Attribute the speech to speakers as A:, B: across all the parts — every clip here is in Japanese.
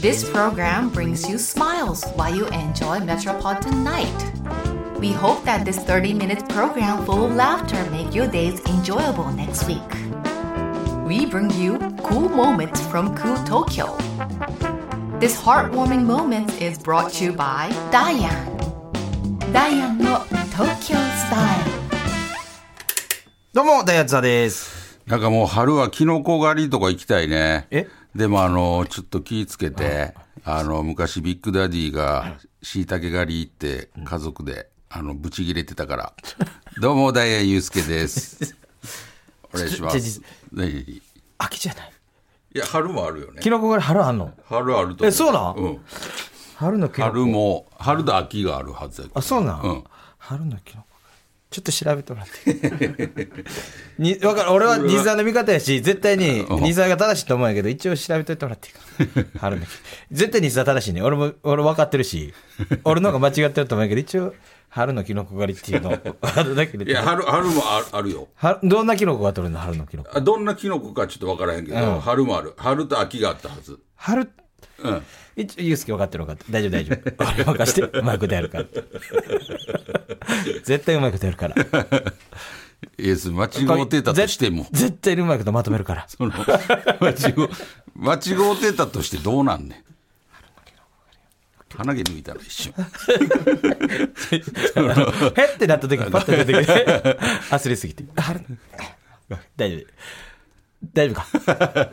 A: This program brings you smiles while you enjoy Metropolitan Night. We hope that this 30-minute program full of laughter make your days enjoyable next week. We bring you cool moments from cool Tokyo. This heartwarming moment is brought to you by Diane. Diane の Tokyo Style.
B: どうも、ダイアツァです。
C: なんかもう春はキノコ狩りとか行きたいね。
B: え
C: でもあの、ちょっと気ぃつけて、あの、昔ビッグダディが椎茸狩り行って家族で、あの、ブチ切れてたから。どうも、ダイアンユースケ です。お願いしま
B: ちょち
C: す
B: ょ。
C: 何々い
B: 秋じゃない。
C: や、春もあるよね
B: キ。ノコ狩り春あんの
C: 春あると思
B: えそうなん
C: ん
B: 春のキノコ。
C: 春も、春と秋があるはずだけ
B: あ、
C: ど。
B: そうなん、
C: うん
B: 春のキノコ狩りちょっと調べてもらって。 にわかる俺は兄さんの味方やし、絶対に
C: うん
B: 兄さんが正しいと思うんやけど、一応調べといてもらっていいかな春のキノコ絶対兄さん正しいね。俺も、俺分かってるし、俺の方が間違ってると思うんやけど、一応、春のキノコ狩りっていうのを、 あれだけ
C: いや、
B: ど。
C: 春、春もあるあるよ。
B: はどんなキノコが取れるの春のキノコ。
C: あどんなキノコかちょっとわからへんけど、春もある。春と秋があったはず。
B: 春、
C: うん。
B: 一応、ユうスケ分かってる分かってる。大丈夫、大丈夫。俺任して、うまいことやるから。絶対うまいことやるから。
C: イエス、間違うてたとしても
B: ぜ。絶対にうまいことまとめるから。
C: その間違う間違うてたとしてどうなんねん鼻毛抜いたの一瞬
B: あのへってなった時にパッと出てきて、焦りすぎて。春大丈夫。大丈夫か。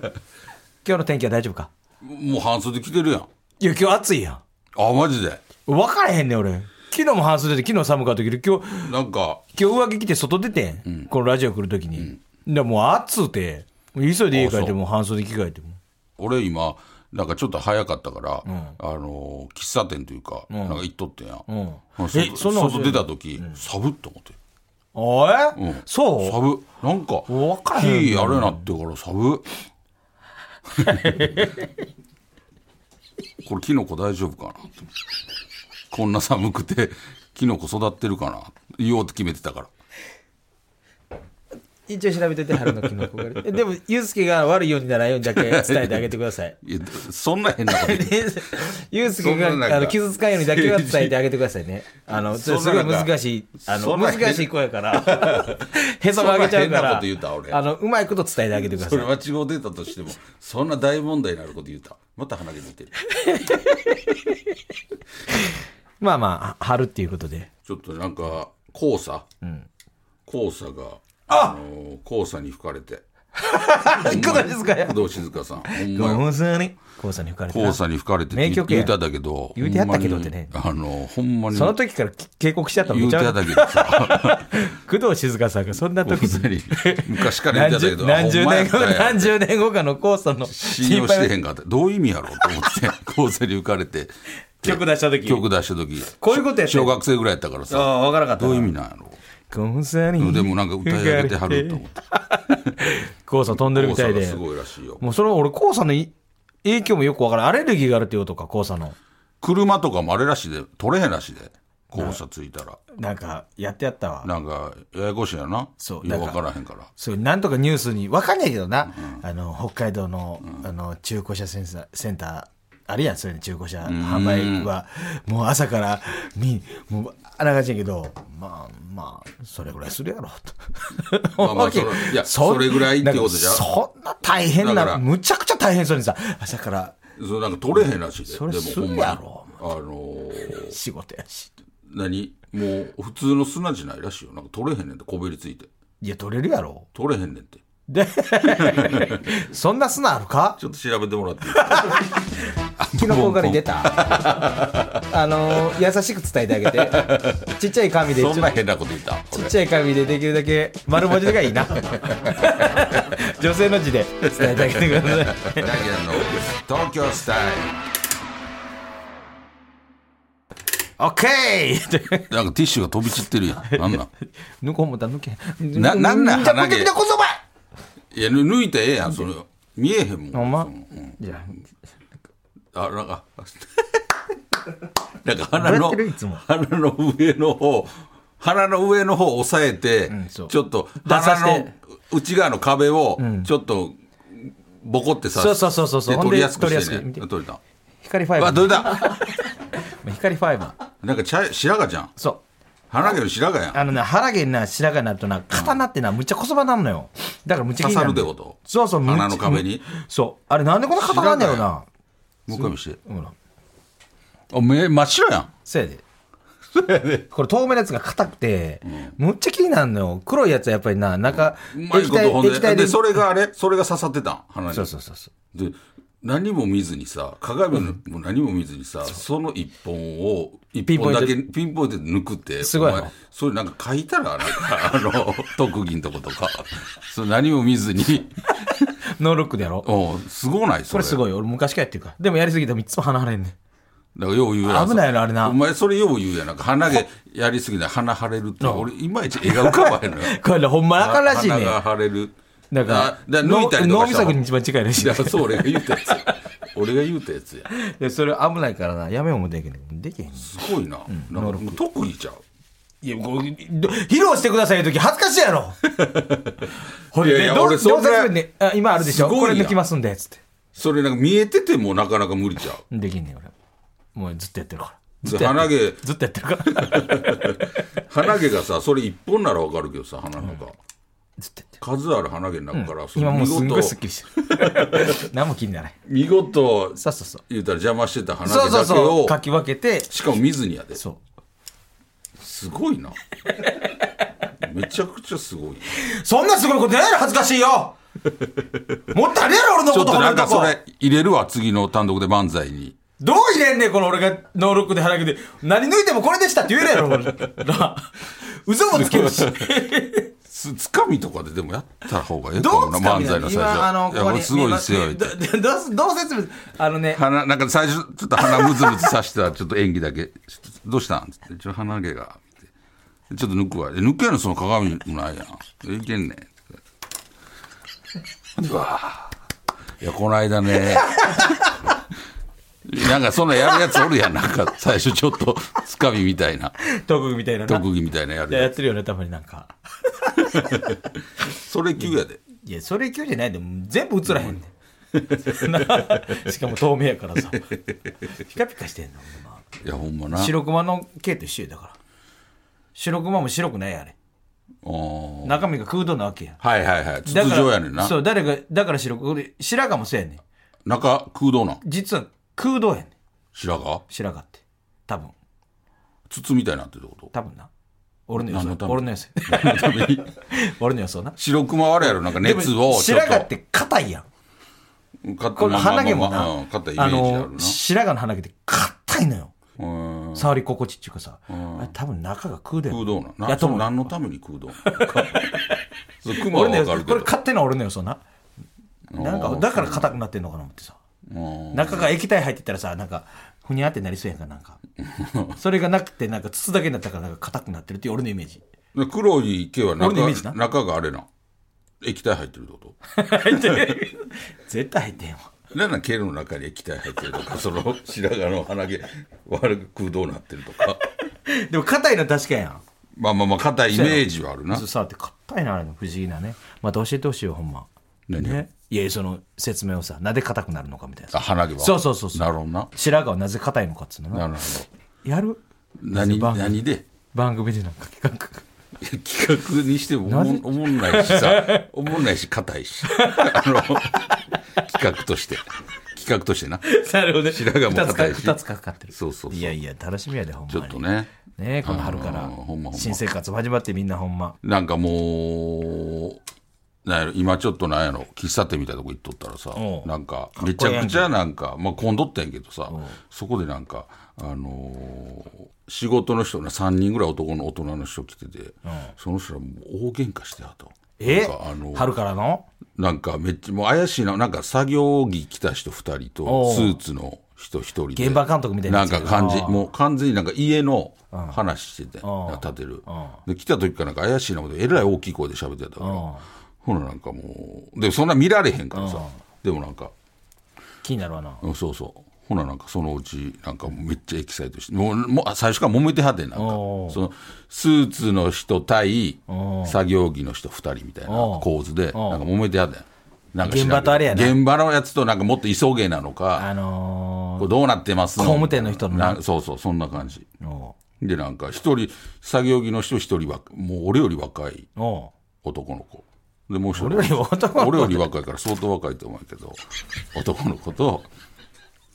B: 今日の天気は大丈夫か。
C: もう半袖着てるやん
B: いや、今日暑いやん。
C: あマジで
B: 分からへんねん、俺。昨日も半袖で、昨日寒かったけど、今日、
C: なんか
B: 今日上着着て外出てん、このラジオ来る時に。でもう暑うて、もう急いで家帰ってもう半袖着替えても。
C: 俺今なんかちょっと早かったから、あのー喫茶店というか、なんか行っとってんや、
B: ん
C: あ
B: え
C: 外
B: そんなん
C: 外出た時、サブって思って
B: おい、
C: んサ
B: そう
C: ブなんか
B: わからへん
C: 火あれなってからサ ブこれキノコ大丈夫かなこんな寒くてキノコ育ってるかな言おうと決めてたから
B: 一応調べてて、春のキノコ狩り。 えでも、ゆうすけが悪いようにならないようにだけ伝えてあげてくださ い。
C: いやそんな変なこと言って
B: えゆうすけ
C: そんな
B: が
C: 中
B: あの傷つかんようにだけは伝えてあげてくださいね。あの、す
C: そん
B: ご
C: ない中
B: 難しい、あ
C: そ
B: の、
C: んな
B: 難しい子やから、へそ曲げちゃうか
C: そんな変なこ
B: ら
C: と言うた 俺、
B: あの、うまいこと伝えてあげてくださ
C: そ
B: い
C: れ。間違うてたとしてもそんな大問題になること言うたまた鼻毛抜いてる
B: まあまあ、春っていうこと で。
C: ちょっとなんか黄砂、黄砂があのー黄砂に吹かれて
B: 工藤静香や
C: 工藤静香さんほんまや
B: ゴーザに、黄砂に吹かれて
C: 黄
B: な。
C: 砂に吹かれて
B: 名
C: って
B: 曲や
C: 言うただけど
B: 言うてやったけどってね
C: ほんまにあのほんまに
B: その時から警告しちゃった
C: 言
B: の
C: う
B: ち
C: て
B: ゃ
C: や
B: う
C: ったけどさ
B: 工藤静香さんがそんな時に。
C: 昔から
B: 何
C: 言うてや
B: 十
C: ったけど
B: 何十年後、
C: あほんまやったんや
B: 何十年後かの黄砂の
C: 信
B: 心
C: 用して
B: 配
C: へ
B: を
C: んかったどういう意味やろうと 思って高砂に吹かれて
B: 曲出した時。
C: 曲出した時
B: こういうことやって
C: 小学生ぐらいやったから
B: あ
C: さ
B: あ、わからなかった
C: どう
B: な。
C: いう意味なんやろ
B: 黄砂に。
C: うでもなんか歌い上げてはると思 って
B: 黄砂飛んでるみ
C: 黄
B: た
C: 砂
B: い
C: が
B: です
C: ごいらしいよ
B: もうそれは俺、黄砂のい影響もよくわからん。アレルギーがあるっていうことか、黄砂の。
C: 車とかもあれらしいで取れへんらしいで黄砂ついたら
B: なんか、やってやったわ。
C: なんかややこしいやな
B: そう
C: よ
B: だ
C: う
B: か
C: 分
B: ら
C: からへんから
B: そう、なんとかニュースに、わかんないけどな。あの、北海道の、あの、中古車センサーセンター、あるやん、そういうの中古車販売は、もう朝から、み、もう、あらがちやけど、まあまあ、それぐらいするやろ、と。
C: まあまあ
B: わけ
C: それいや
B: ん
C: それぐらいってことじゃ
B: なんかそんな大変
C: だか
B: な、
C: ら
B: むちゃくちゃ大変そうにさ、朝から
C: そうなんか取れへんらしいで。
B: それ
C: で
B: する
C: ほん
B: やろ
C: まにあのー
B: 仕事やし。
C: 何もう普通の砂地ないらしいよ。なんか取れへんねんって、こべりついて。
B: いや、取れるやろ。
C: 取れへんねんって。
B: で、そんな砂あるか
C: ちょっと調べてもらっていいですか
B: キノコ狩り出た。あのー優しく伝えてあげ て。ちっちゃい紙で、ちょ
C: そんな変なこと言った。
B: ち
C: 俺
B: っちゃい紙でできるだけ丸文字がい いな。女性の字で伝えてあげてください。
C: ダイアンの東京スタイ
B: オッケー
C: ル。なんかティッシュが飛び散ってるやん。なんなん
B: 抜こう思ったら抜け。
C: ななんなん
B: じゃ、こ
C: 鼻毛
B: てきたこそばい
C: いや、抜いてええやん、それ。見えへんもん。
B: ほんま
C: そのうん
B: じゃ
C: あ、なんか。 なんか鼻
B: どうやっ
C: の
B: てるいつも、
C: 鼻の上の方、鼻の上の方を押さえて、
B: ん
C: ち
B: そ
C: ょ
B: う
C: っと
B: 出させて
C: 鼻の内側の壁を、ちょっと、ボコってさ、
B: そうそうそうそう
C: で
B: ほんで
C: 取りやすくして
B: 取りやすく見
C: ね。
B: て
C: 取れた。
B: あ、光ファイ
C: う
B: バ
C: わ
B: ー
C: どれだ
B: 光ファイバー
C: なんか茶白髪じゃん
B: そう
C: 花毛の白髪やん
B: あのね腹毛にな白髪になるとな刀ってなむっちゃこそばなんのよだからむっちゃ気になる
C: 刺さるってこと
B: そうそうむっちゃ
C: 鼻の壁に
B: そうあれなんでこんな刀なんだろうな
C: もう一回見して
B: ほら
C: あ目真っ白やん
B: そやでこれ透明なやつが硬くて、むっちゃ気になるのよ黒いやつはやっぱりな中、
C: うまい
B: 液
C: こ
B: 体
C: とほん
B: 液
C: で
B: 体で
C: でそれがあれそれが刺さってたん鼻に
B: そうそうそうそう
C: で何も見ずにさ鏡も何も見ずにさ、その一本を一本だけピンポイントで抜くって
B: すごい
C: お
B: の
C: 前それなん か書いたらなんかあの特技のとことかそれ何も見ずに
B: ノールックでやろう
C: おすごないそ
B: こ
C: れ
B: れすごい俺昔からやってるからでもやりすぎてもいつも鼻腫れんねん
C: だからよう言うやん
B: 危ないよなあれな
C: お前それよう言うやんなんか鼻毛やりすぎて鼻腫れるって俺いまいち絵が浮かばへんのよ
B: これほんまあかんらしいね
C: 鼻が腫れる
B: だ
C: あ
B: から
C: だから抜いたりと
B: 脳
C: か
B: 脳み
C: した
B: そ
C: 方が
B: に一番近いらしい
C: いやそう俺が言うたやつや俺が言うたやつや
B: でそれ危ないからなやめようもできないできへんねん
C: すごいな,、なんかもう特技ちゃう
B: いやこうど披露してくださいいう時恥ずかしいや ろほ
C: いやいや
B: ど
C: 俺そんな
B: どうせすぐにあ今あるでしょ
C: すごい
B: こ
C: や
B: れ
C: ん
B: 抜きますんでつって
C: それなんか見えててもなかなか無理ちゃう
B: できんねん俺もうずっとやってるからず
C: ず
B: っとやって
C: 鼻
B: る
C: 毛
B: ずっとやってるから
C: 鼻毛がさそれ一本ならわかるけどさ鼻の中、
B: ずっとやってる
C: 数ある鼻毛の中から、そ
B: 今
C: の
B: もう
C: 見
B: すんごいすっ
C: 事
B: きりしてる何も気にならない
C: 見事
B: そうそうそう
C: 言うたら邪魔してた鼻毛
B: そうそう
C: だけ
B: そ
C: を
B: うかき分けて
C: しかも見ずにやで
B: そ
C: すごいなめちゃくちゃすごいう
B: そんなすごいことないやろ恥ずかしい よもっとあるやろ俺の
C: ちょ
B: こと
C: っと
B: 褒め
C: なん
B: ると
C: かそ
B: こ
C: れ入れるわ次の単独で漫才に
B: どう入れんねん、この俺がノールックで腹毛で。何抜いてもこれでしたって言え るやろ、俺。なあ嘘もつけるし。
C: つつかみとかででもやった方がええと
B: ど
C: 思
B: う
C: う
B: つ
C: な
B: かみ
C: 漫
B: な
C: 才
B: の
C: の最初
B: 今、あの、
C: いや俺すごいですよ言うて
B: どどどうどう説明あのね、
C: 鼻なんか最初ちょっと鼻むずむずさしてたちょっと演技だけちょっとどうしたんつってちょっと鼻毛がってちょっと抜くわえ抜けやのその鏡もないやんえいけんねんってうわぁいやこの間ね なんかそんなやるやつおるやんなんか最初ちょっとつかみみたいな
B: 特技みたいなな。
C: 特技みたいなやる
B: いや
C: や
B: や
C: つ
B: ってるよね、たまになんか。
C: それ級やで
B: いや、それ級じゃないで、もう全部映らへんねん。な あしかも透明やからさ。ピカピカしてんの、ほん
C: いやほんまな
B: ま白熊の毛と一緒よだから。白熊も白くないやんあれ。
C: おー
B: 中身が空洞なわけやん。
C: はいはいはい筒
B: だから
C: 状やねんな
B: そう、誰が、だから白く、俺白髪もそうやねん。
C: 中空洞なん
B: 実は空洞やねん
C: 白髪
B: 白髪って多分
C: 筒みたいになってるってこと
B: 多分な俺の予
C: 何のた
B: 想俺
C: め
B: の予想 俺の予想な
C: 白熊はあれやろなんか熱をちょ
B: 白
C: っ
B: 髪っ
C: と
B: て硬いやん
C: 勝手
B: こ
C: に
B: の鼻毛も
C: まあまあまあ
B: な
C: 勝ったイメ
B: あ
C: ージある
B: の白髪の鼻毛って硬いのよ
C: なうん
B: 触り心地っていうかさあれ多分中が空洞や
C: 空洞なん
B: や
C: な
B: と
C: そ
B: 思
C: の
B: う
C: 何のために空洞 なのかそう熊は
B: 俺の予
C: 分か
B: 想
C: る
B: こ
C: け
B: れ
C: ど
B: 勝手な俺の予想ななんか
C: あー
B: だから硬くなってんのかな思ってさ
C: うん
B: 中が液体入ってたらさなんかふにゃってなりそうやんか なんかそれがなくてなんか筒だけになったからなんか硬くなってるっていう俺のイメー ジ
C: で黒い毛は
B: 俺のイメージ
C: 中
B: な
C: 中があれな液体入ってるってこ
B: 入ってる絶対入ってんわ
C: と なんなん毛の中に液体入ってるとかその白髪の鼻毛悪く空洞なってるとか
B: でも硬いのは確かやん
C: まあまあまあ硬いイメージはあるな
B: さって硬いなあれの不思議なねまた教えてほしいよほんま
C: 何が
B: ねいやその説明をさなぜ硬くなるのかみたい
C: あ
B: な
C: 鼻毛は
B: そうそうそうそう
C: なるほどな
B: 白髪はなぜ硬いのかっつうのな
C: なるほ
B: やる
C: ど何
B: 番組
C: 何で
B: 番組でなんか企画
C: いや企画にしてもおもんおもんないしさおもんないし硬いしあの企画として企画としてな
B: なるほどね
C: 白髪も硬いし
B: 2つかかってる
C: そうそうそう
B: いやいや楽しみやでほんまに
C: ちょっとね
B: ねこの春か
C: あ
B: ら
C: のーほんまほんま
B: 新生活も始まってみんなほんま
C: なんかもうなんやろ今ちょっとなんやろ喫茶店みたいなとこ行っとったらさ
B: おう
C: なんか
B: っこえ
C: め
B: え
C: ちゃ
B: やんけ
C: くちゃなんかまあ混んどったんやけどさそこでなんかあのー仕事の人が3人ぐらい男の大人の人来ててその人らもう大喧嘩してはと
B: え
C: なんかあのー
B: 春からの
C: なんかめっちゃもう怪しいななんか作業着着た人2人
B: お
C: と
B: う
C: スーツの人1人で
B: 現場監督みたいな
C: な
B: や
C: ん
B: つ
C: か感じもう完全になんか家の話してて
B: ん
C: なんか立てるで来た時からなんか怪しいなことえらい大きい声で喋ってたからほらなんかもうでそんな見られへんからさでもなんか
B: 気になるわな
C: うんそうそうほななんかそのうちなんかめっちゃエキサイトしてもうもうあ最初から揉めてはってんなんか
B: お
C: そのスーツの人対作業着の人2人みたいな
B: おう
C: 構図でなんか揉めてはってんなんか知ら
B: 現場
C: んけど
B: とあれやな
C: 現場のやつとなんかもっと急げなのか
B: あの
C: これどうなってます
B: 工務店の人のな
C: なそうそうそんな感じ
B: お
C: でなんか一人作業着の人一人はもう俺より若い
B: おお
C: 男の子でもう一人
B: 俺より男の子
C: 俺より若いから相当若いと思うけど男の子と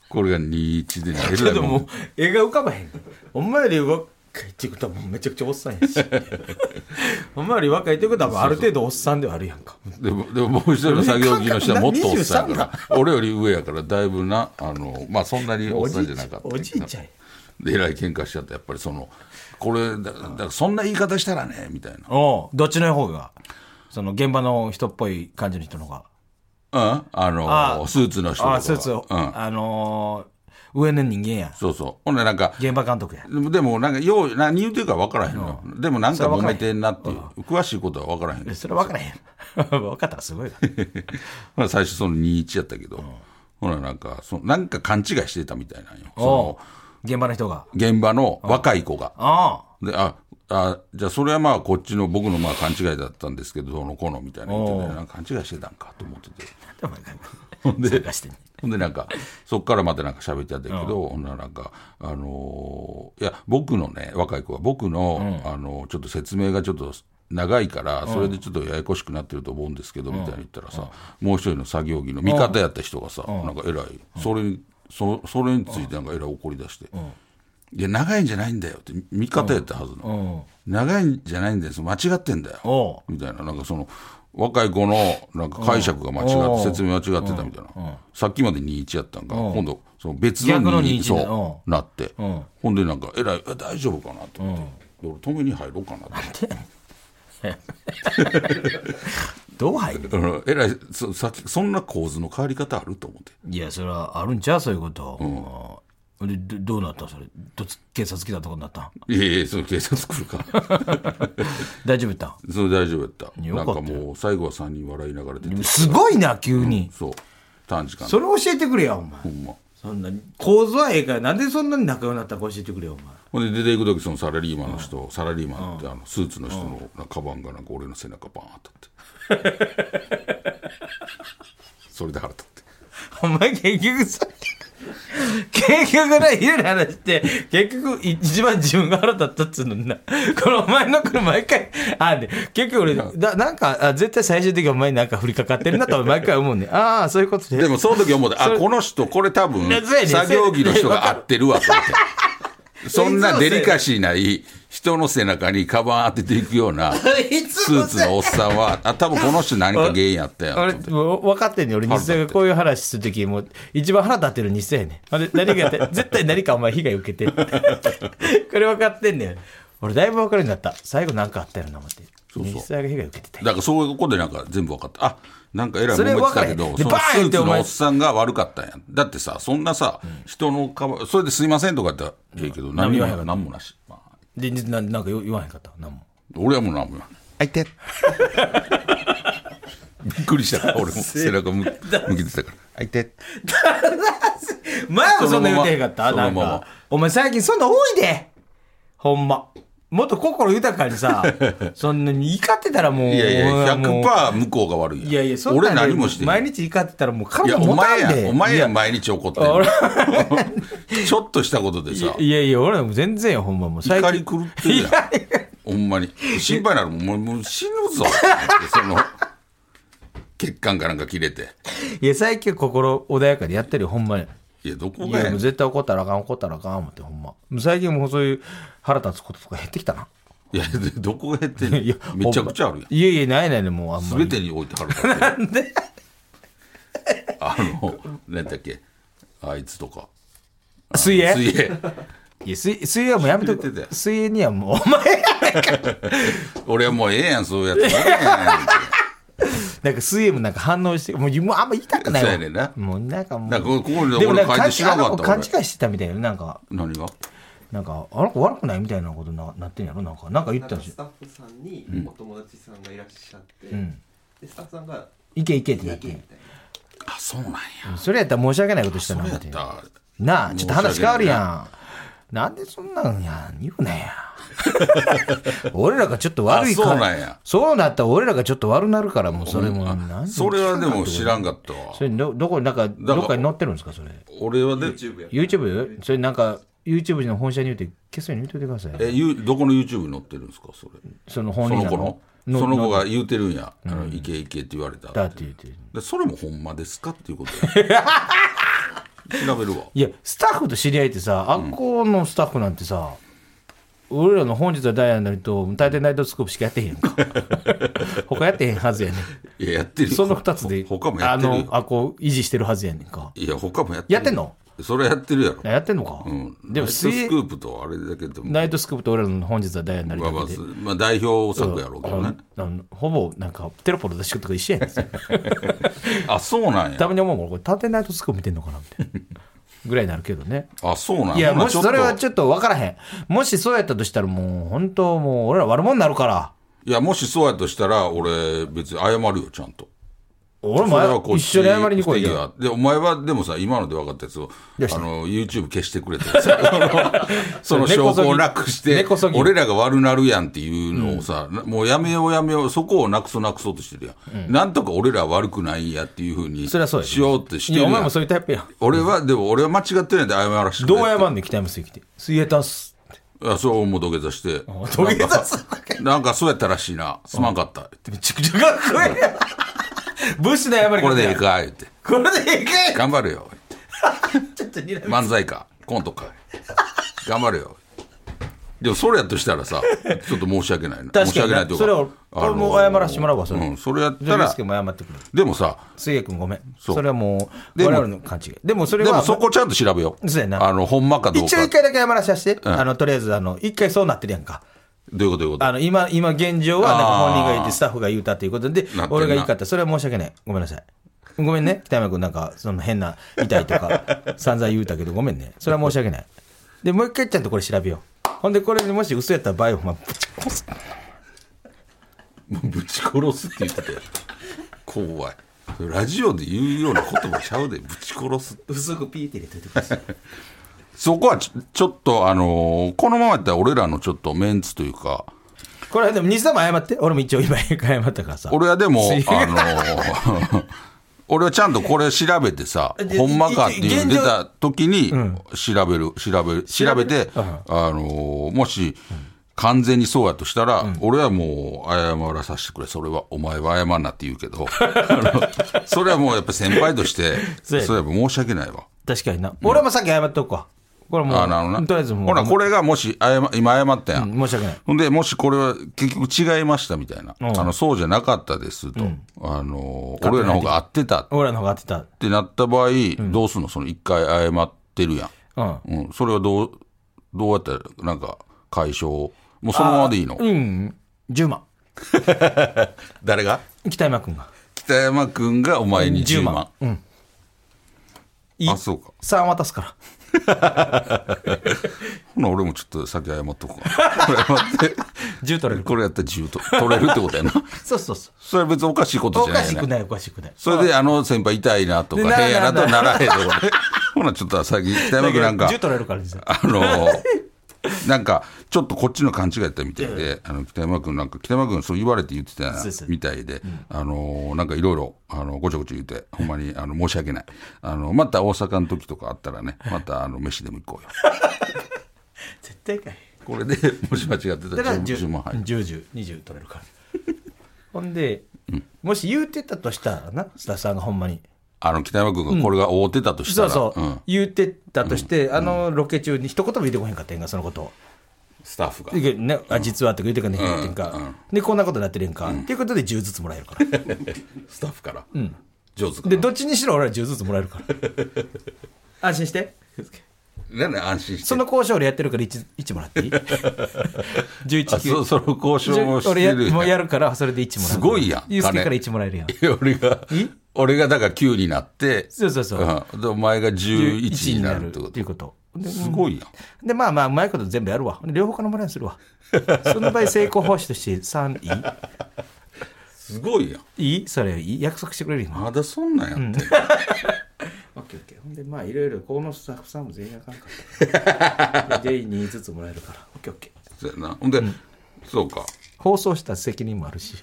C: これが21でえ
B: うちょ
C: ら
B: っ
C: い
B: と
C: も
B: も
C: ん
B: う映画浮かばへんお前より若いっていうことはもうめちゃくちゃおっさん やしお前より若いっていうことはもうある程度おっさんではあるやんか
C: でもでももう一人の作業着の人はもっとおっさんやから俺より上やからだいぶなあのまあそんなにおっさんじゃなかった
B: おじいちゃんや
C: でえらい喧嘩しちゃってやっぱりそのこれだだからそんな言い方したらねみたいな
B: おうどっちの方がその現場の人っぽい感じの人の方が
C: うんあの
B: あ
C: スーツの人とか
B: あ
C: は
B: あスーツを、
C: うん、
B: あのー上の人間や
C: そうそうほんでなんか
B: 現場監督や
C: でもなんかよう何言うてるか分からへんのよ、でもなんか揉めてんなっていう、詳しいことは分からへんけど
B: それ分からへん 分かったらす ごいな
C: まあ最初その21やったけど、ほらなんかそのなんか勘違いしてたみたいなんよそ
B: おう
C: の
B: 現場の人が
C: 現場の若い子が、
B: ああ
C: でああじゃあそれはまあこっちの僕のまあ勘違いだったんですけどどうのこうのみたいな言ってて
B: おう
C: なんか勘違いしてたんかと思ってて
B: でもなんか
C: ほんで
B: 探してんね
C: ほんでなんかそっからまたなんか喋ってたんだけど、ほんならなんかあのーいや僕のね若い子は僕の、あのーちょっと説明がちょっと長いからそれでちょっとややこしくなってると思うんですけど、みたいに言ったらさ、もう一人の作業着の味方やった人がさ、なんかえらいそれにそそれについてなんかえらい怒り出して。いや長いんじゃないんだよって味方やったはずなの、長いんじゃないんです間違ってんだよ、
B: お
C: みたいな、なんかその、若い子のなんか解釈が間違って、説明間違ってたみたいな、さっきまで21やったんが、今度、その別
B: 逆
C: の
B: の
C: 21
B: 21だ
C: そうなって、ほんで、なんか、えらい、え大丈夫かなと思って、俺、止めに入ろうかなと思って
B: うどう入る
C: だから、えらいそさっき、そんな構図の変わり方あると思って、
B: いやそれはあるんちゃうそういうこと、うん、でどどうなったんそれどっち警察来たとこになったん
C: いやいや、その警察来る から、
B: 大丈夫やった
C: それ大丈夫やった、
B: よ
C: な
B: か
C: ん
B: った
C: かもう、最後は3人笑いながら出て
B: ん、すごいな急に、
C: そう、短時間で、
B: それ教えてくれやお前
C: ほんま。
B: そんな構図はええからなんでそんなに仲良くなったか教えてくれよお前
C: ほんで出ていく時そのサラリーマンの人、サラリーマンってあのスーツの人のなんかカバンがなんか俺の背中バーン当た ってそれで腹立って
B: お前結局さ、結局な、家の話って、結局一番自分が腹立ったっつうのにな。このお前のこれ毎回、あ、で、結局俺、だなんか、あ絶対最終的にお前になんか降りかかってるなと毎回思うね。ああ、そういうことで。
C: でもその時思ってあこの人これ多分
B: いやそうやねん
C: 作業着の人が合ってるわと思ってそんなデリカシーない人の背中にカバン当てていくような
B: いつ
C: ス
B: もさ
C: ーツのおっさんはあ多分この人何か原因やったよと思
B: 俺、
C: って
B: もう分かってんねん俺、日大がこういう話するとき、もう一番腹立ってる日大やねん。あれ、何がやって、絶対何かお前被害受けてる。 これ分かってんねん。俺、だいぶ分かるようになった。最後なんかあったよな、思って。
C: そうそう
B: 日大が被害受けてた。
C: だからそういうことでなんか全部分かった。あなんかえらい揉めてたけど、そ
B: それ分
C: の
B: か
C: ス
B: れへんでバーンっ
C: ーツ
B: てお前
C: のおっさんが悪かったんや。だってさ、そんなさ、人のかば、それですいませんとか言ったらええけど、何も
B: 何も言わへんかった
C: 何もなし。まあ
B: で、ななんか言わへんかった。なんも。
C: 俺はもう何も言わん。あいて。びっくりしたから、 俺も背中向向けてたから。あいて。
B: 前もそんな言うてへんかった
C: そのまま
B: なんか。お前最近そんな多いで。ほんま。もっと心豊かに さ、そんなに怒ってたらもう。
C: いやいや、
B: もう
C: 100%向こうが悪いやん。
B: いやいや、そんな
C: 俺
B: ん
C: 何もしてない。
B: 毎日怒ってたらもう
C: い
B: 体
C: や、お
B: 持た
C: 前
B: んで。
C: や、お前や、毎日怒ってんの ちょっとしたことでさ。
B: いやいや、俺はもう全然よ、ほんまもう最
C: 怒
B: 近。
C: り狂ってるやんほんまに心配なるもんもうもう死ぬぞってその血管かなんか切れて
B: いや、最近心穏やかでやってるよ、ほんまに。
C: いやどこ
B: い
C: が
B: や、も
C: や
B: う
C: ね
B: ん絶対怒ったらあかん、怒ったらあかん、思って、ほんま。もう最近もうそういう腹立つこととか減ってきたな。
C: いやでどこが減ってんの
B: いや、
C: めちゃくちゃあるやん
B: いやいや、ないないね、もうあんまり
C: 全。てに置いてはるからなんであの何だっけあいつとか
B: 水泳
C: 水泳
B: いや、水水泳はもうやめと
C: 忘れてた
B: く
C: よ。
B: 水泳にはもう、お前、
C: 俺はもうええやんそういうやつな
B: なんか水泳もなんか反応して、もうもうあんま言いたくないわ。
C: そうやねんな
B: もうなんかもう。
C: んかここに
B: でもな
C: 俺
B: んか
C: 書い
B: 勘違
C: て
B: い
C: 知らなか
B: あ
C: っ
B: の
C: た
B: 子勘
C: 俺
B: 違いしてたみたいな、なんか、
C: 何が
B: なんか、あの子悪くないみたいなことななってんやろなんか、なんか言
D: な
B: っ
D: ん
B: た
D: か
B: んです
D: ス
B: よ。
D: タッフさんにお友達さんがいらっしゃって、
B: ん
D: でスタッフさんが
B: いけいけってなっ
D: 経験み
B: て。
D: たい
C: あそうなんや
B: それやったら申し訳ないことしたな、
C: それや
B: み
C: った
B: いな。
C: た
B: なあ、ちょっと話変わるやん。なんでそんなんや、言うなや。 俺らがちょっと悪いから
C: あそうなんや
B: そうなったら俺らがちょっと悪なるからもうそれもなんで
C: それはでも知らんかったわ
B: それどどこなんか
C: ら
B: どっかに載ってるんですかそれ
C: 俺はで
D: YouTube や
B: YouTube? それなんか YouTube の本社に言うて消すように言うといてください
C: えゆどこの YouTube に載ってるんですかそれ
B: その
C: そ
B: 本人
C: の
B: な
C: 子の
B: の
C: その子が言うてるんや、あのいけいけって言われた
B: だって言って
C: でそれもほんまですかっていうことや 調べるわ
B: いやスタッフと知り合いってさあっこのスタッフなんてさ、俺らの本日はダイアンなりと大抵ナイトスクープしかやってへんや んか他やってへんはずやねん
C: いややってるよ
B: その2つで
C: ほ他もやってる
B: あ
C: よ
B: のあっこ維持してるはずやねんか
C: いや他もやってる
B: やってんの
C: それやってるやろ
B: あやってんのか、
C: うん
B: でも
C: ナイトス
B: 水
C: クープとあれだけでも
B: ナイトスクープと俺らの本日はダイアンなり
C: まあま
B: だ
C: あ
B: けで、
C: まあ、代表作やろうけどね
B: あのほぼなんかテロポロ出しことか一緒やねん
C: あそうなん
B: た
C: や
B: まに思うもんこれ「探偵ナイトスクープ」見てんのかなみたいなぐらいになるけどね
C: あそうな ん
B: いや、もしそれは
C: ょ
B: ちょっと分からへん。もしそうやったとしたら、もう本当、もう俺ら悪者になるから、
C: いやもしそうやとしたら俺別に謝るよちゃんと
B: 俺
C: それはこ
B: も
C: っ
B: 一
C: ち
B: 緒に謝りに来い
C: 不手
B: よ。
C: 際でお前はでもさ今ので分かったやつを
B: どうした
C: あの YouTube 消してくれてさ その
B: 根こそ
C: 証
B: ぎ
C: 拠をなくして
B: 根こそぎ
C: 俺らが悪なるやんっていうのをさ、なもうやめようやめようそこをなくそうなくそうとしてるやん、なんとか俺らは悪くないんやっていうふうに
B: そりゃそうや
C: しようとして
B: いや、
C: るや
B: お
C: ん
B: 前もそういうタイプやん。
C: 俺はでも俺は間違ってないんで謝らせてく
B: ど
C: れ
B: う
C: って
B: 謝んねん、北山水来て。水泳出す。
C: あそうもう土下座して
B: 土下座するだけ。
C: なんかそうやったらしいなすまんかった、
B: めちゃくちゃかっこいいやん。 武士の謝り
C: これでええ
B: い
C: か言って
B: これでいいかい
C: 頑張るよ
B: ちょっと睨み
C: 漫才かコントか頑張れよでもそれやとしたらさちょっと申し訳ないな
B: 確かにね
C: 申し訳ないというか
B: それを俺も謝らせてもらうわそ
C: そ
B: れ
C: れ,、うん、それやっ
B: じゃ
C: た
B: あ、リ
C: ら
B: スケも謝ってくれ。
C: でもさ
B: 水泳君ごめん。
C: そ
B: そうれはもう、
C: でも
B: 我々の勘違い。でもそれ
C: で
B: は、
C: もそこちゃんと調べよう
B: そうやな
C: あのほんまかどうか
B: 一応一回だけ謝らせて、あの、とりあえず、あの、一回そうなってるやんか。
C: どういうことどういうこと
B: あの今、今現状は、なんか本人が言って、スタッフが言うたということで
C: てんな、
B: 俺が言いかった、それは申し訳ない、ごめんなさい。ごめんね、北山君、なんか、その変な、痛いとか、散々言うたけど、ごめんね、それは申し訳ない。で、もう一回ちゃんとこれ調べよう。ほんで、これでもし嘘やったら、バイオマン、
C: もうぶち殺すって言ってたよ怖いラジオで言うような言葉ちゃうでぶち殺す
B: 薄くピーって入れといてください。
C: そこはちょちょっとあのーこのままやったら俺らのちょっとメンツというか
B: これ、でも、西田も謝って、俺も一応今、謝ったからさ。
C: 俺はでも、あ
B: 違
C: の
B: う
C: ー 俺はちゃんとこれ調べてさ
B: で、
C: ほんまかっていうの
B: 現
C: 出
B: 状
C: た時に、調べる、調べる、調べて、
B: うん
C: あのーもし、完全にそうやとしたら、俺はもう謝らさせてくれ。それは、お前は謝んなって言うけど、 あのそれはもうやっぱ先輩として、そ
B: そう
C: れ
B: やね
C: は申し訳ないわ。
B: 確かにな。俺もさっき謝っとくわ。これも
C: あなるほど
B: う、
C: な
B: とりあえずもう、
C: ほら、これがもし謝、今謝ったやん。
B: 申し訳ない。
C: ほんで、もしこれは結局違いましたみたいな、
B: ん
C: あのそうじゃなかったですと、あの俺らの方が合ってたっ
B: 俺らの方が当てた。
C: てなった場合、どうすんの、その一回謝ってるや
B: うん。
C: ん,、うん、それはどうどうやったら、なんか解消、もうそのままでいいの、
B: うん、10万。
C: 誰が
B: 北山君が。
C: 北山君がお前に10
B: 10
C: 万、
B: 万。うん。
C: あそうか、
B: 3渡すから。
C: ほな俺もちょっと先謝っとこう かな、これ謝って、
B: 10取れる。
C: これやったら10と取れるって ことやな、
B: そうそうそう。
C: それは別におかしいこと
B: お
C: じゃな
B: か
C: いよ
B: し
C: ね
B: くない、おかしくない。
C: それで、あの先輩痛いなと
B: で
C: か、
B: なら
C: 変やなとは
B: な
C: ならへんとかね。 ほな、ちょっとさっき、北山君なんか
B: 10、取れるから実際
C: あの ー、なんか、ちょっとこっちの勘違いやったみたいで、あの、北山君なんか、北山君そう言われて言ってた
B: そうそう
C: みたいで、あのー、なんかいろいろ、あの、ごちゃごちゃ言って、ほんまに、あの、申し訳ない。あの、また大阪の時とかあったらね、また、あの、飯でも行こうよ。
B: 絶対かい。
C: こ れで、もし間違ってた
B: だから
C: ら、
B: 10、
C: 10
B: 10、
C: 万入る。
B: 10、20取れるから。ほんで、もし言うてたとしたらな、スタッフさんがほんまに。
C: あの、北山君がこれが覆ってたとした
B: そうそ
C: ら、
B: う
C: うん、
B: 言うてたとして、あのロケ中に一言も言ってこへんかったやんか、そのことを。
C: スタッフが。
B: でね、あ実はとか言うてかねへんかったやんか。で、こんなことになってるやんか。っていうことで10ずつもらえるから。
C: スタッフから。上手か
B: で、
C: ら。
B: どっちにしろ俺ら10ずつもらえるから。安心して。
C: なんで安心して
B: その交渉俺やってるから 1, 1もら っていい ?11
C: あ
B: 級
C: そその交渉をし
B: 俺
C: て
B: や
C: る
B: もうや
C: る
B: るからそれで1もらう
C: すごいやん
B: ユースケ
C: 金
B: から1もらえるやん
C: 俺が俺がだから9になって
B: そうそうそうん
C: でお前が11
B: 11
C: になるってこ
B: っていう
C: と
B: ことです
C: ごいやん
B: でまあまあうまいこと全部やるわ両方からもらえにする わその場合成功報酬として3
C: すごいやん
B: いいいいそれいい約束してくれる今
C: まだそんなんやって、
B: オッケーオッケーほんでまあ いろいろこのスタッフさんも全員あかんから全員2ずつもらえるからオッケーオッケー
C: そうやなほんで、そうか
B: 放送した責任もある し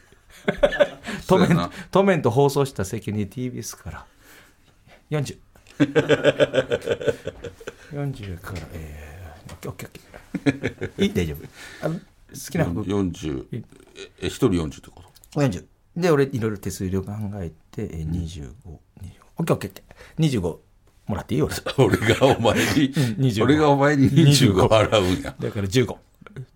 B: トメ
C: そうや
B: ン
C: な
B: トメンと放送した責任 TBS から4040 40からえー、オッケーオッケーオッケーいい大丈夫あの好きな服
C: 40ええ一人40ってこと
B: 40で俺いろいろ手数料考えて、えー、2525オッケーオッケーオッケー25もらっていいよ俺
C: 俺がお前に
B: 25
C: 俺がお前に25払うんや
B: だから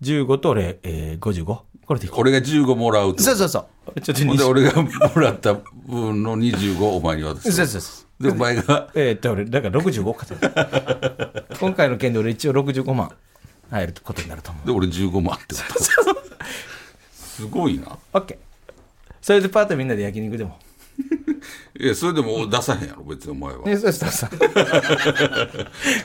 B: 1515と俺、えー、55これでいこう
C: 俺が15もらうって
B: そう
C: こ
B: そうそうちょっと
C: とほんで
B: 20
C: 俺がもらった分の25をお前に渡
B: そう
C: す
B: そうそう
C: でお前が
B: えーっと、俺、だから65かと。 今回の件で俺一応65万入ることになると思
C: で俺15万ってことすごいな
B: う。OK。それでパートみんなで焼肉でも。
C: いやそれでも出さへんやろ別にお前は
B: ね、そうしたさ。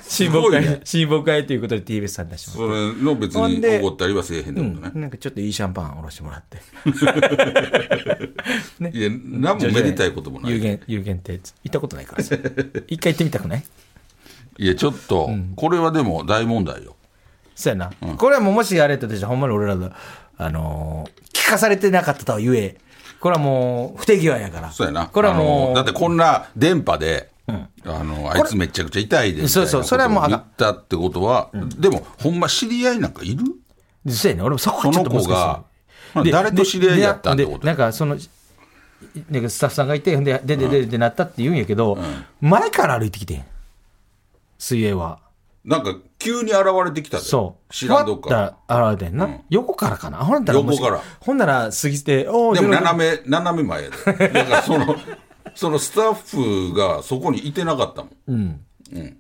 B: 親睦
C: すごい
B: 会
C: ね、
B: 親睦会ということで TBS さん出します。
C: それの別
B: ほんで
C: に怒ったりはせえへんってことね、
B: なんかちょっといいシャンパンおろしてもらって。
C: いや何もめでたいこともない
B: 有限、有限って行ったことない からさ。一回行ってみたくない
C: いやちょっと、これはでも大問題よ
B: そうやな。これはもうもしやれたとして、ほんまに俺らが、あのー聞かされてなかったとはゆえ、これはもう不手際やから。
C: そうやな
B: これは
C: あ
B: も
C: の
B: う。
C: だってこんな電波で、あのあいつめちゃくちゃ痛いでみたいな
B: そうそうそれはもうあか
C: 言
B: ん
C: ったってことは、でもほんま知り合いなんかいる
B: そうやね俺もそこ
C: そ
B: はちょっ
C: の
B: と難し
C: 子
B: い
C: がまあ誰と知り合いやったってこ
B: で
C: と
B: なんかそのなんかスタッフさんがいてほんでででででなったって言うんやけど、前から歩いてきてん水泳は
C: なんか急に現れてきたで
B: そう
C: 知らんどっか
B: ふわっと現れてんな、横からかなほんならもし
C: 横から
B: ほんなら過ぎておー
C: で
B: よろ
C: も
B: しく
C: 斜め斜め前やでだからそのそのスタッフがそこにいてなかったもん、うん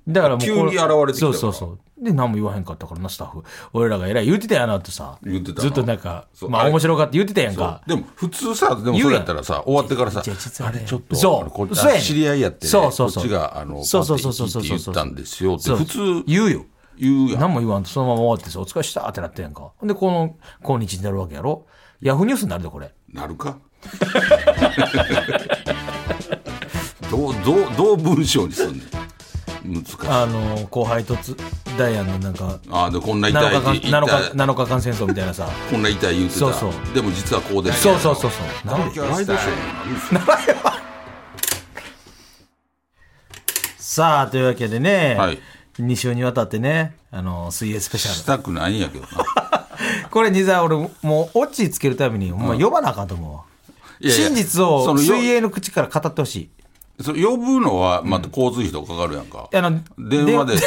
B: だからもう
C: 急に現れてきたから
B: そうそうそうで何も言わへんかったからなスタッフ俺らが偉い言ってたやなってさ
C: 言ってたな
B: ずっとなんか
C: そう
B: まあ
C: あれ
B: 面白かって言ってたやんか
C: でも普通さでもそれやったらさ終わってからさ
B: じゃあ実はね
C: あれちょっと
B: そう
C: あのこ
B: そうやねん
C: 知り合いやってね
B: そうそうそう
C: こっちがあの
B: そうそうそうそう
C: パーティー行きって言ったんですよって
B: そう
C: 普通
B: 言うよ
C: 言うやん
B: 何も言わんとそのまま終わってさ、お疲れしたってなってんやんか。ほんで、この、今日になるわけやろ。ヤフーニュースになるで、これ。
C: な るかどうどうどう文章にすんねん難しい
B: あのー、後輩とつ、ダイアンのなんか、
C: ああでこんな
B: 7
C: 痛い
B: 日
C: って
B: 間、
C: 言っ
B: 7日
C: た
B: 7日間戦争みたいなさ。
C: こんな痛い言ってた
B: そうそう
C: でも実はこうで
B: そうそうそうそう。なんで
C: ワイドショー
B: さあ、というわけでね、
C: はい
B: 2週にわたってね、あのー、水泳スペシ
C: し
B: ャ
C: たくないんやけど
B: ル。
C: な
B: これ、実は俺、もう、オチつけるために、ほんま呼ばなあかんと思うわ。
C: いやいや
B: 真実
C: そ
B: を
C: のよ
B: 水泳の口から語ってほし い。
C: それ呼ぶのはまた交通費とかかかるやんか、
B: あの、
C: 電話で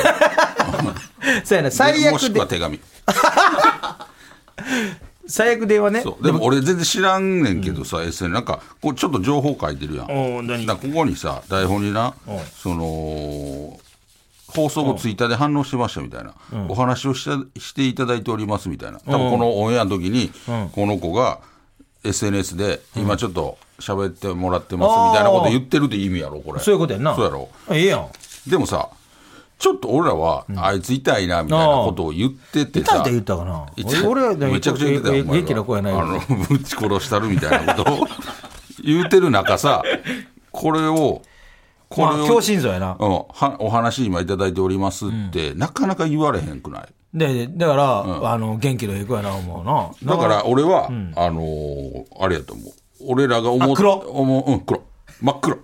B: そうやな、最
C: も
B: 悪
C: しくは
B: で、
C: 手紙
B: 最悪電話ね。
C: そうでも俺全然知らんねんけどさ、SN なんかこうちょっと情報書いてるやんなんかここにさ台本になその放送後ツイッターで反応してましたみたいな、お話をしたしていただいておりますみたいな多分このオンエアの時に、この子が SNS で今ちょっと喋ってもらってますみたいなこと言ってるって意味やろこれ
B: そういうことやんな。
C: そうやろ
B: ええやん。
C: でもさちょっと俺らは、あいつ痛いなみたいなことを言って
B: 痛
C: て
B: い
C: さ
B: って言ったかな
C: 一
B: 俺は
C: めちゃくちゃ言ってた
B: ええ
C: よ、お前
B: 元気な子やない
C: あの、ぶち殺したるみたいなことを言うてる 中さ、これを、こ
B: まあ、強心臓やな
C: う。ん、はお話今いただいておりますって、なかなか言われへんくない
B: で、だから、あの、元気のええ子やな、思うな。
C: だから俺は、あのーあれやと思う。俺らが思
B: あ
C: う。
B: 黒
C: 思う。うん、黒。真っ黒。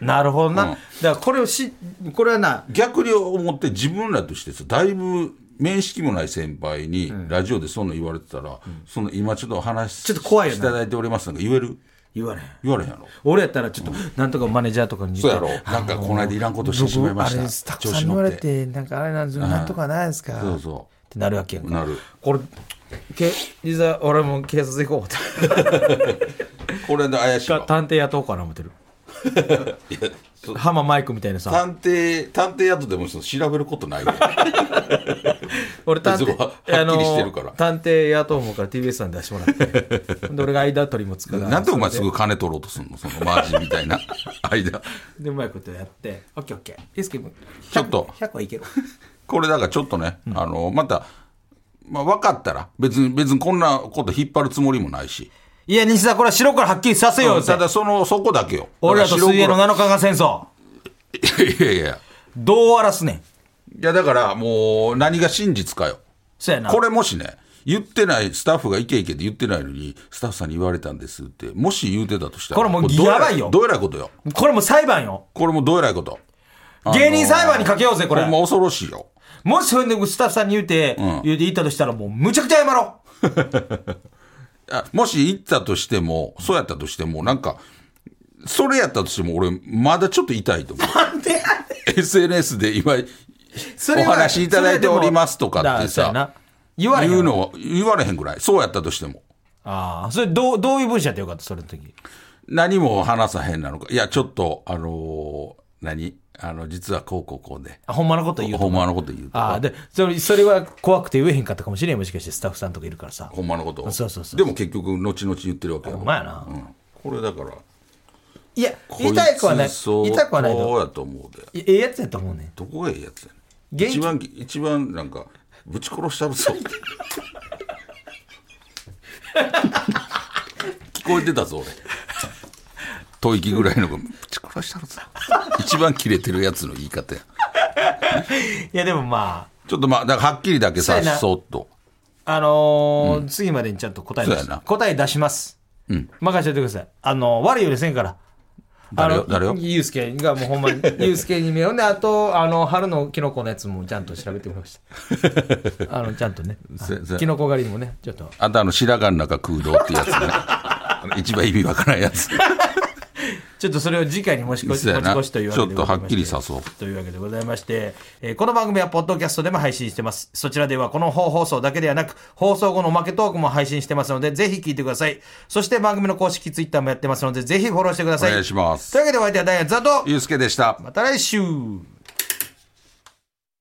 B: なるほどな。
C: うん
B: だから、これをし、これはな、
C: 逆に思って自分らとしてさだいぶ面識もない先輩にラジオでそんなん言われてたら、その今ちょっとお話し
B: ちょっと怖いよ
C: い
B: な
C: ただいておりますなんか言える
B: 言われへん。
C: 言われへんやろ
B: 俺やったら、ちょっと、なんとかマネージャーとかに言って
C: そうやろなんかこの間いらんことしてしまいました
B: 僕あれ、スタッフさんに言われて、なんかあれなんですよ、なんとかないですか。
C: そうそ
B: ってなるわけやん
C: う
B: か。
C: なる
B: これ、け、実は俺も警察行こう思って。
C: これで怪しいわ
B: 探偵雇おうかな思って る。ハママイクみたいなさ。
C: 探偵探偵宿でもその調べることな いわ
B: 俺探
C: そ
B: 偵
C: こははっきりしてるから
B: あの探偵やと思うから TBS さん出してもら ってで俺が間取りもつから
C: なんでお前
B: そ
C: す
B: れ
C: ぐ金取ろうとすんのそのマージンみたいな 間
B: でうまいことやってオッケーオッケーユースケ君
C: ちょっと
B: 100はいける
C: これだからちょっとね、あのまた、まあ、分かったら別に別にこんなこと引っ張るつもりもないし
B: いや西田これは白からはっきりさせようって
C: ただそのそこだけよ
B: 俺らと水泳の
C: だか
B: 7日間戦争
C: ら白黒いやいやいや
B: どう終わらすねん
C: いやだからもう何が真実かよ
B: そうやな
C: これもしね言ってない、スタッフがいけいけって言ってないのに、スタッフさんに言われたんですって、もし言うてたとしたら、
B: これもう
C: ど
B: やばいよ
C: どうえらいことよ。
B: これもう裁判よ。
C: これもどうえらいこと。
B: 芸人裁判にかけようぜ、こ
C: こ
B: れ
C: れ。も恐ろしいよ。
B: もしそれでスタッフさんに言うて、
C: ん
B: 言うて言ったとしたら、もうむちゃくちゃ謝ろう。
C: あもし行ったとしても、そうやったとしても、なんか、それやったとしても、俺、まだちょっと痛いと思う。
B: なんでやねん
C: SNS で今、
B: それは
C: お話しいただいておりますとかって
B: だらそうやな
C: さ
B: 言われへん
C: 言うのは、言われへんぐらい。そうやったとしても。
B: ああ、それどう、どういう文章やってよかった、それの時。
C: 何も話さへんなのか。いや、ちょっと、あのー何あの、実はこうこうこうで。
B: あ、ほんまのこと言う
C: ほ
B: と。
C: んまのこと言うと
B: ああ、
C: か。
B: で、それ、それは怖くて言えへんかったかもしれん、もしかしてスタッフさんとかいるからさ。
C: ほんまのことを
B: そうそうそう
C: でも結局、後々言ってるわけよ
B: ほんまやな。
C: うんこれだから、
B: いや、痛くはない。
C: こつ
B: 痛くはない
C: 相
B: の。
C: 当やと思うで。
B: いええやつやと思うねん。
C: どこがええやつやね
B: 元
C: ん。
B: 気
C: 一番、一番なんか、ぶち殺したるぞ。聞こえてたぞ、俺。吐息ぐらいのが、ぶち殺したるぞ。一番キレてるやつの言い方や。
B: いや、でもま
C: ちょっとまあ、だからはっきりだけ
B: そう
C: さ、
B: やな
C: そっと。
B: あ、あのー次までにちゃんと答え出
C: そう
B: し
C: やな
B: 答え出します。
C: うん。
B: 任せてください。あのー悪いよりせんから。
C: 誰よ
B: あの
C: 誰よ
B: ゆゆうすけがもうほん まに、ゆうすけに見よう。で、あと、あの、春のキノコのやつもちゃんと調べてもらいまし た。あの、ちゃんとね
C: せせ。
B: キノコ狩りもね、ちょっと。
C: あとあの、白髪の中空洞って やつね。あの一番意味わからんやつ。
B: ちょっとそれを次回にもし越し
C: そうや
B: 持ち
C: な
B: 越しというわけでございまして
C: ちょっとはっきりさそう
B: というわけでございまして、えーこの番組はポッドキャストでも配信してますそちらではこの本放送だけではなく放送後のおまけトークも配信してますのでぜひ聞いてくださいそして番組の公式ツイッターもやってますのでぜひフォローしてください
C: お願いします
B: というわけでお相手はダイアンザと
C: ゆうすけでした。
B: また来週